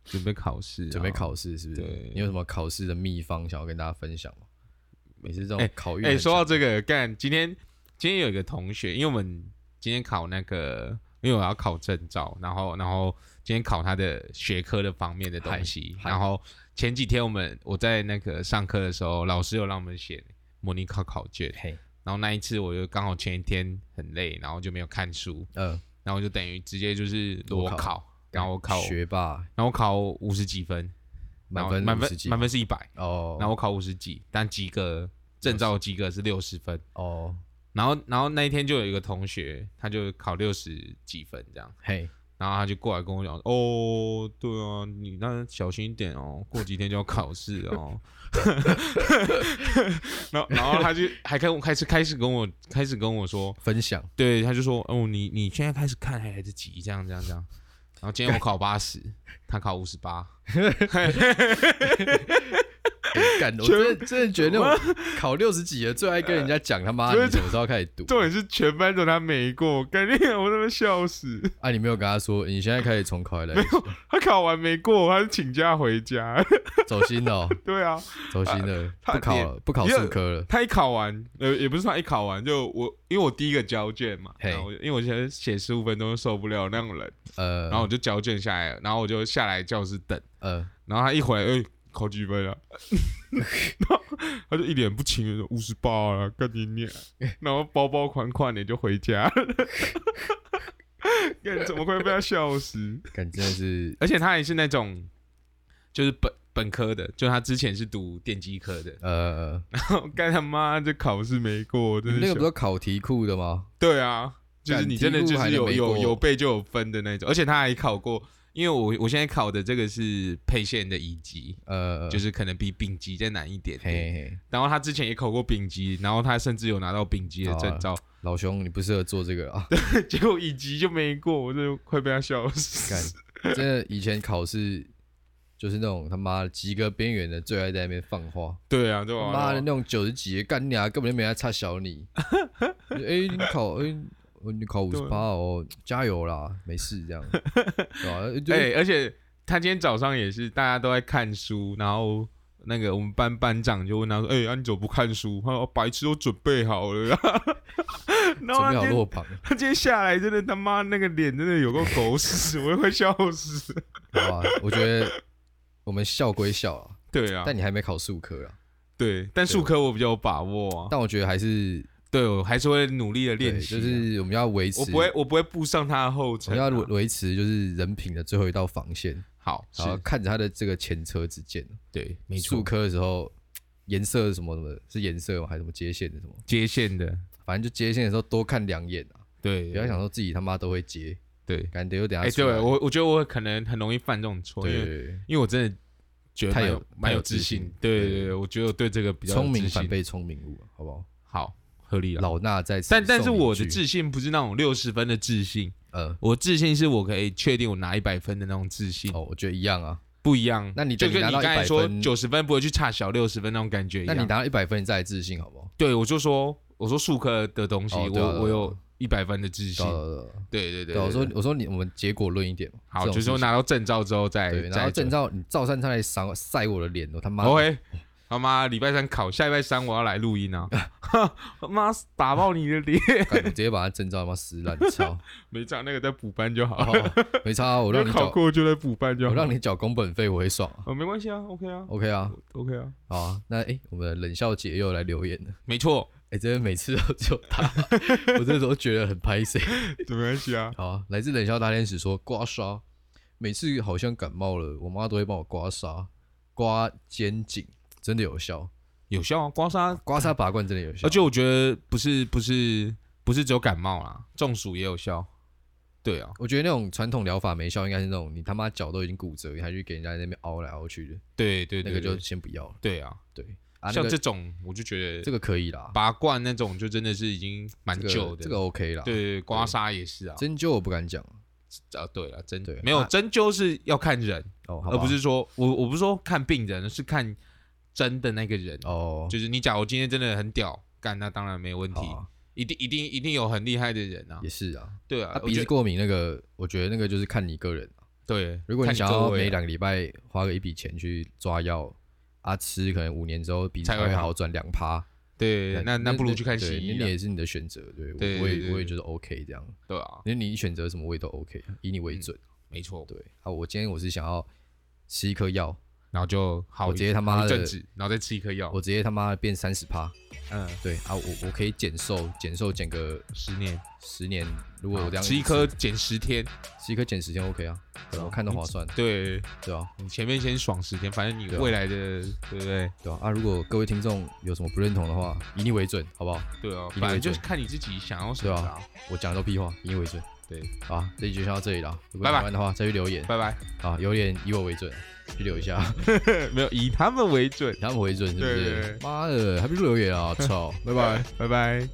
[SPEAKER 2] 准备考试啊，
[SPEAKER 1] 准备考试是不是？
[SPEAKER 2] 对
[SPEAKER 1] 你有什么考试的秘方想要跟大家分享吗？每次这种
[SPEAKER 2] 哎
[SPEAKER 1] 考运
[SPEAKER 2] 哎、
[SPEAKER 1] 很
[SPEAKER 2] 说
[SPEAKER 1] 强，
[SPEAKER 2] 到这个，干，今天今天有一个同学，因为我们今天考那个，因为我要考证照，然后然后今天考他的学科的方面的东西，
[SPEAKER 1] 嗨
[SPEAKER 2] 然后前几天我们我在那个上课的时候，老师有让我们写模拟考考卷，
[SPEAKER 1] 嘿，
[SPEAKER 2] 然后那一次我就刚好前一天很累，然后就没有看书，
[SPEAKER 1] 嗯，
[SPEAKER 2] 然后就等于直接就是
[SPEAKER 1] 裸
[SPEAKER 2] 裸
[SPEAKER 1] 考
[SPEAKER 2] 考，然后我考，
[SPEAKER 1] 学霸
[SPEAKER 2] 然后我考五十几分，然
[SPEAKER 1] 满
[SPEAKER 2] 后
[SPEAKER 1] 分
[SPEAKER 2] 满
[SPEAKER 1] 50几
[SPEAKER 2] 分满分是一百，
[SPEAKER 1] 哦，
[SPEAKER 2] 然后我考五十几，但及格证照及格是六十分。
[SPEAKER 1] 哦
[SPEAKER 2] 然后然后那一天就有一个同学，他就考六十几分这样，
[SPEAKER 1] 嘿，
[SPEAKER 2] 然后他就过来跟我讲，哦，对啊，你那小心一点哦，过几天就要考试哦。 然后然后他就还跟我开始开始跟我开始跟我说，
[SPEAKER 1] 分享
[SPEAKER 2] 对，他就说，哦，你你现在开始看还来得及，这样这样这样。然后今天我考八十，他考五十八，
[SPEAKER 1] 哎干，我真的真的觉得那种 考六十几的最爱跟人家讲他妈
[SPEAKER 2] 真
[SPEAKER 1] 你
[SPEAKER 2] 的
[SPEAKER 1] 什么时候开始读
[SPEAKER 2] 重点是全班都他没过，感觉我他妈笑死。
[SPEAKER 1] 啊？你没有跟他说你现在开始重考也来得及，
[SPEAKER 2] 他考完没过，他就请假回家。
[SPEAKER 1] 走心了哦，
[SPEAKER 2] 对啊，
[SPEAKER 1] 走心了，
[SPEAKER 2] 他
[SPEAKER 1] 不考
[SPEAKER 2] 你
[SPEAKER 1] 了，不考
[SPEAKER 2] 你
[SPEAKER 1] 数科了，
[SPEAKER 2] 他一考完，呃，也不是他一考完就我，因为我第一个交卷嘛，
[SPEAKER 1] 嘿
[SPEAKER 2] 然后我就因为我现在写十五分钟受不了那种人，
[SPEAKER 1] 呃，
[SPEAKER 2] 然后我就交卷下来了，然后我就下来教室等，
[SPEAKER 1] 呃，
[SPEAKER 2] 然后他一回来，哎、考几分 啊？然后他就一脸不情愿说五十八啊，赶紧念，然后包包款款的就回家 了，干怎么会被他笑死？
[SPEAKER 1] 感真的是
[SPEAKER 2] 而且他也是那种，就是本本科的，就他之前是读电机科的，
[SPEAKER 1] 呃，
[SPEAKER 2] 干他妈这考试没过，
[SPEAKER 1] 你
[SPEAKER 2] 真是
[SPEAKER 1] 那个
[SPEAKER 2] 笑
[SPEAKER 1] 不是考题库的吗？
[SPEAKER 2] 对啊，就是
[SPEAKER 1] 干
[SPEAKER 2] 你
[SPEAKER 1] 题
[SPEAKER 2] 真的
[SPEAKER 1] 目
[SPEAKER 2] 就
[SPEAKER 1] 还能
[SPEAKER 2] 是有
[SPEAKER 1] 没
[SPEAKER 2] 有
[SPEAKER 1] 过
[SPEAKER 2] 有背就有分的那种，而且他还考过，因为我我现在考的这个是配线的乙级，
[SPEAKER 1] 呃，
[SPEAKER 2] 就是是可能比丙级再难一点
[SPEAKER 1] 嘿
[SPEAKER 2] 点。
[SPEAKER 1] 嘿，
[SPEAKER 2] 然后他之前也考过丙级，然后他甚至有拿到丙级的证照，
[SPEAKER 1] 老兄，你不适合做这个啊。
[SPEAKER 2] 结果乙级就没过，我真的快被他笑死。
[SPEAKER 1] 干，真的以前考试就是那种他妈的及格边缘的，最爱在那边放话，
[SPEAKER 2] 对啊，对
[SPEAKER 1] 他
[SPEAKER 2] 啊，
[SPEAKER 1] 妈的
[SPEAKER 2] 对啊
[SPEAKER 1] 那种九十几的干你啊，根本就没在差小你。 哎、诶你考哎、哦你考五
[SPEAKER 2] 啊
[SPEAKER 1] 十八哦，加油啦，没事这 样，对吧、啊就
[SPEAKER 2] 哎、而且他今天早上也是，大家都在看书，然后。那个我们班班长就问他说：“哎、啊你怎么不看书？”他说：“白痴都准备好了。”
[SPEAKER 1] 准备
[SPEAKER 2] 然后他今
[SPEAKER 1] 好
[SPEAKER 2] 天
[SPEAKER 1] 落榜，
[SPEAKER 2] 他今天下来真的他妈那个脸真的有个狗屎，我都快笑死。
[SPEAKER 1] 好吧？我觉得我们笑归笑啊，
[SPEAKER 2] 对啊，
[SPEAKER 1] 但你还没考数科啊，
[SPEAKER 2] 对，但数科我比较有把握啊。
[SPEAKER 1] 但我觉得还是
[SPEAKER 2] 对，我还是会努力的
[SPEAKER 1] 对
[SPEAKER 2] 练习啊、
[SPEAKER 1] 就是我们要维持，
[SPEAKER 2] 我不会，我不会步上他的后
[SPEAKER 1] 我
[SPEAKER 2] 尘
[SPEAKER 1] 们
[SPEAKER 2] 啊、
[SPEAKER 1] 要维持就是人品的最后一道防线，
[SPEAKER 2] 好，是
[SPEAKER 1] 然后，看着他的这个前车之鉴。
[SPEAKER 2] 对，没
[SPEAKER 1] 数
[SPEAKER 2] 错，
[SPEAKER 1] 科的时候，颜色是什么什么是颜色吗？还是什么接线的什么？
[SPEAKER 2] 接线的，
[SPEAKER 1] 反正就接线的时候多看两眼啊，
[SPEAKER 2] 对，
[SPEAKER 1] 不要想说自己他妈都会接，
[SPEAKER 2] 对。
[SPEAKER 1] 感觉有点
[SPEAKER 2] 哎、
[SPEAKER 1] 下出
[SPEAKER 2] 对
[SPEAKER 1] 来。
[SPEAKER 2] 我，我觉得我可能很容易犯这种错，
[SPEAKER 1] 对
[SPEAKER 2] 因
[SPEAKER 1] 对
[SPEAKER 2] 为
[SPEAKER 1] 对
[SPEAKER 2] 因为我真的觉得
[SPEAKER 1] 太
[SPEAKER 2] 蛮
[SPEAKER 1] 有
[SPEAKER 2] 有蛮
[SPEAKER 1] 太有
[SPEAKER 2] 有
[SPEAKER 1] 自
[SPEAKER 2] 自信
[SPEAKER 1] 信。
[SPEAKER 2] 对
[SPEAKER 1] 对
[SPEAKER 2] 对对，我觉得我对这个比较有
[SPEAKER 1] 聪明
[SPEAKER 2] 自
[SPEAKER 1] 反
[SPEAKER 2] 信
[SPEAKER 1] 被聪明误啊，好不好？
[SPEAKER 2] 好合理了。
[SPEAKER 1] 老衲在此
[SPEAKER 2] 但但是
[SPEAKER 1] 送你一
[SPEAKER 2] 我的
[SPEAKER 1] 句
[SPEAKER 2] 自信不是那种六十分的自信，
[SPEAKER 1] 呃
[SPEAKER 2] 我自信是我可以确定我拿一百分的那种自信。
[SPEAKER 1] 哦哦，我觉得一样啊，
[SPEAKER 2] 不一样。
[SPEAKER 1] 那你
[SPEAKER 2] 就
[SPEAKER 1] 等于
[SPEAKER 2] 跟
[SPEAKER 1] 拿
[SPEAKER 2] 你
[SPEAKER 1] 到
[SPEAKER 2] 刚才
[SPEAKER 1] 100
[SPEAKER 2] 说
[SPEAKER 1] 分
[SPEAKER 2] 九十分不会去差小六十分那种感觉一
[SPEAKER 1] 那
[SPEAKER 2] 样。
[SPEAKER 1] 你拿到一百分，你再来自信好不好？
[SPEAKER 2] 对我就说，我说数科的东西，
[SPEAKER 1] 哦对啊对啊
[SPEAKER 2] 我我有一百分的自信
[SPEAKER 1] 对。对对
[SPEAKER 2] 对对对
[SPEAKER 1] 对，我说
[SPEAKER 2] 对
[SPEAKER 1] 我说你我们结果论一点嘛，
[SPEAKER 2] 好，
[SPEAKER 1] 这种
[SPEAKER 2] 就是说
[SPEAKER 1] 事情
[SPEAKER 2] 拿到证照之后再
[SPEAKER 1] 对，然
[SPEAKER 2] 再
[SPEAKER 1] 后证照你照三餐来赏晒我的脸，我他 妈的
[SPEAKER 2] OK，他妈礼拜三考，下礼拜三我要来录音啊！妈打爆你的脸！
[SPEAKER 1] 干我直接把他证照他妈撕烂，操！
[SPEAKER 2] 没差，那个再补班就好
[SPEAKER 1] 哦
[SPEAKER 2] 了。
[SPEAKER 1] 没差啊，我让你
[SPEAKER 2] 考
[SPEAKER 1] 缴，
[SPEAKER 2] 过就再补班就
[SPEAKER 1] 我
[SPEAKER 2] 好。
[SPEAKER 1] 让你缴工本费，我会爽啊。
[SPEAKER 2] 哦，没关系啊，OK 啊
[SPEAKER 1] OK 啊，
[SPEAKER 2] ，OK 啊，
[SPEAKER 1] 好啊，那诶，我们的冷笑姐又来留言 了。
[SPEAKER 2] 没错，
[SPEAKER 1] 诶，真的每次都只有她， 我真的都觉得很拍谁。
[SPEAKER 2] 没关 系啊。
[SPEAKER 1] 好啊，来自冷笑大天使说刮痧，每次好像感冒了，我妈都会帮我刮痧、刮肩颈，真的有效。
[SPEAKER 2] 有效啊，刮痧，
[SPEAKER 1] 刮痧拔罐真的有效，
[SPEAKER 2] 而且我觉得不是不是不是只有感冒啦，中暑也有效。对啊，
[SPEAKER 1] 我觉得那种传统疗法没效，应该是那种你他妈脚都已经骨折，你还去给人家在那边凹来凹去的，
[SPEAKER 2] 对对
[SPEAKER 1] 那
[SPEAKER 2] 对，
[SPEAKER 1] 个就
[SPEAKER 2] 对
[SPEAKER 1] 先不要了。
[SPEAKER 2] 对啊，
[SPEAKER 1] 对啊，那
[SPEAKER 2] 像
[SPEAKER 1] 个
[SPEAKER 2] 这种我就觉
[SPEAKER 1] 这
[SPEAKER 2] 得
[SPEAKER 1] 个可以啦，
[SPEAKER 2] 拔罐那种就真的是已经蛮
[SPEAKER 1] 这个
[SPEAKER 2] 旧的，
[SPEAKER 1] 这个 OK 啦。
[SPEAKER 2] 对刮痧也是啊，
[SPEAKER 1] 针灸我不敢讲
[SPEAKER 2] 啊对了，针
[SPEAKER 1] 对
[SPEAKER 2] 没有
[SPEAKER 1] 啊
[SPEAKER 2] 针灸是要看人，
[SPEAKER 1] 哦，好吧
[SPEAKER 2] 而不是说我我不是说看病人，是看真的那个人，
[SPEAKER 1] 哦，
[SPEAKER 2] 就是你假如今天真的很屌，干那当然没问题，
[SPEAKER 1] 好啊
[SPEAKER 2] 一定一定一定有很厉害的人啊
[SPEAKER 1] 也，是啊。
[SPEAKER 2] 对啊
[SPEAKER 1] 啊，，
[SPEAKER 2] 我
[SPEAKER 1] 鼻
[SPEAKER 2] 觉
[SPEAKER 1] 子
[SPEAKER 2] 得
[SPEAKER 1] 过敏那个，我觉得那个就是看你个人啊。
[SPEAKER 2] 对，
[SPEAKER 1] 如果你
[SPEAKER 2] 看
[SPEAKER 1] 想
[SPEAKER 2] 各
[SPEAKER 1] 要
[SPEAKER 2] 位啊
[SPEAKER 1] 每两个礼拜花个一笔钱去抓药啊，吃可能五年之后鼻子
[SPEAKER 2] 才
[SPEAKER 1] 才
[SPEAKER 2] 会
[SPEAKER 1] 会
[SPEAKER 2] 好
[SPEAKER 1] 好转两趴，
[SPEAKER 2] 对，那那不如去看西
[SPEAKER 1] 对
[SPEAKER 2] 医
[SPEAKER 1] 那
[SPEAKER 2] 啊，
[SPEAKER 1] 也是你的选择，对我
[SPEAKER 2] 对
[SPEAKER 1] 我
[SPEAKER 2] 对
[SPEAKER 1] 也
[SPEAKER 2] 对
[SPEAKER 1] 我也觉得 OK 这样。
[SPEAKER 2] 对啊，
[SPEAKER 1] 因为你选择什么我也都 OK，以你为准。
[SPEAKER 2] 没错，
[SPEAKER 1] 对啊，我今天我是想要吃一颗药，
[SPEAKER 2] 然后就好
[SPEAKER 1] 我直接他妈
[SPEAKER 2] 好一
[SPEAKER 1] 的
[SPEAKER 2] 阵子，然后再吃一颗药，
[SPEAKER 1] 我直接他妈变三十趴，
[SPEAKER 2] 嗯，
[SPEAKER 1] 对啊，我我可以减瘦，减瘦减个
[SPEAKER 2] 十年，
[SPEAKER 1] 十年，如果我这样
[SPEAKER 2] 吃一颗减十天，
[SPEAKER 1] 吃一颗减十天 OK 啊，对啊我看都划算，
[SPEAKER 2] 对
[SPEAKER 1] 对啊，
[SPEAKER 2] 你前面先爽十天，反正你
[SPEAKER 1] 对啊
[SPEAKER 2] 未来的对不对？
[SPEAKER 1] 对啊啊，如果各位听众有什么不认同的话，以你为准，好不好？
[SPEAKER 2] 对啊，
[SPEAKER 1] 一定
[SPEAKER 2] 反正
[SPEAKER 1] 会
[SPEAKER 2] 就是
[SPEAKER 1] 做
[SPEAKER 2] 看你自己想要什么
[SPEAKER 1] 对
[SPEAKER 2] 啦
[SPEAKER 1] 啊。我讲的都屁话，以你为准。
[SPEAKER 2] 对，
[SPEAKER 1] 好啊，这一集就先到这里了，如果
[SPEAKER 2] 拜拜
[SPEAKER 1] 喜欢的话再去留言
[SPEAKER 2] 拜拜，
[SPEAKER 1] 啊，留言以我为准，去留一下，
[SPEAKER 2] 没有以他们为准
[SPEAKER 1] 以。他们为准是不
[SPEAKER 2] 对对
[SPEAKER 1] 是？
[SPEAKER 2] 对
[SPEAKER 1] 妈的，还不如留言啊，操！
[SPEAKER 2] 拜拜，拜拜。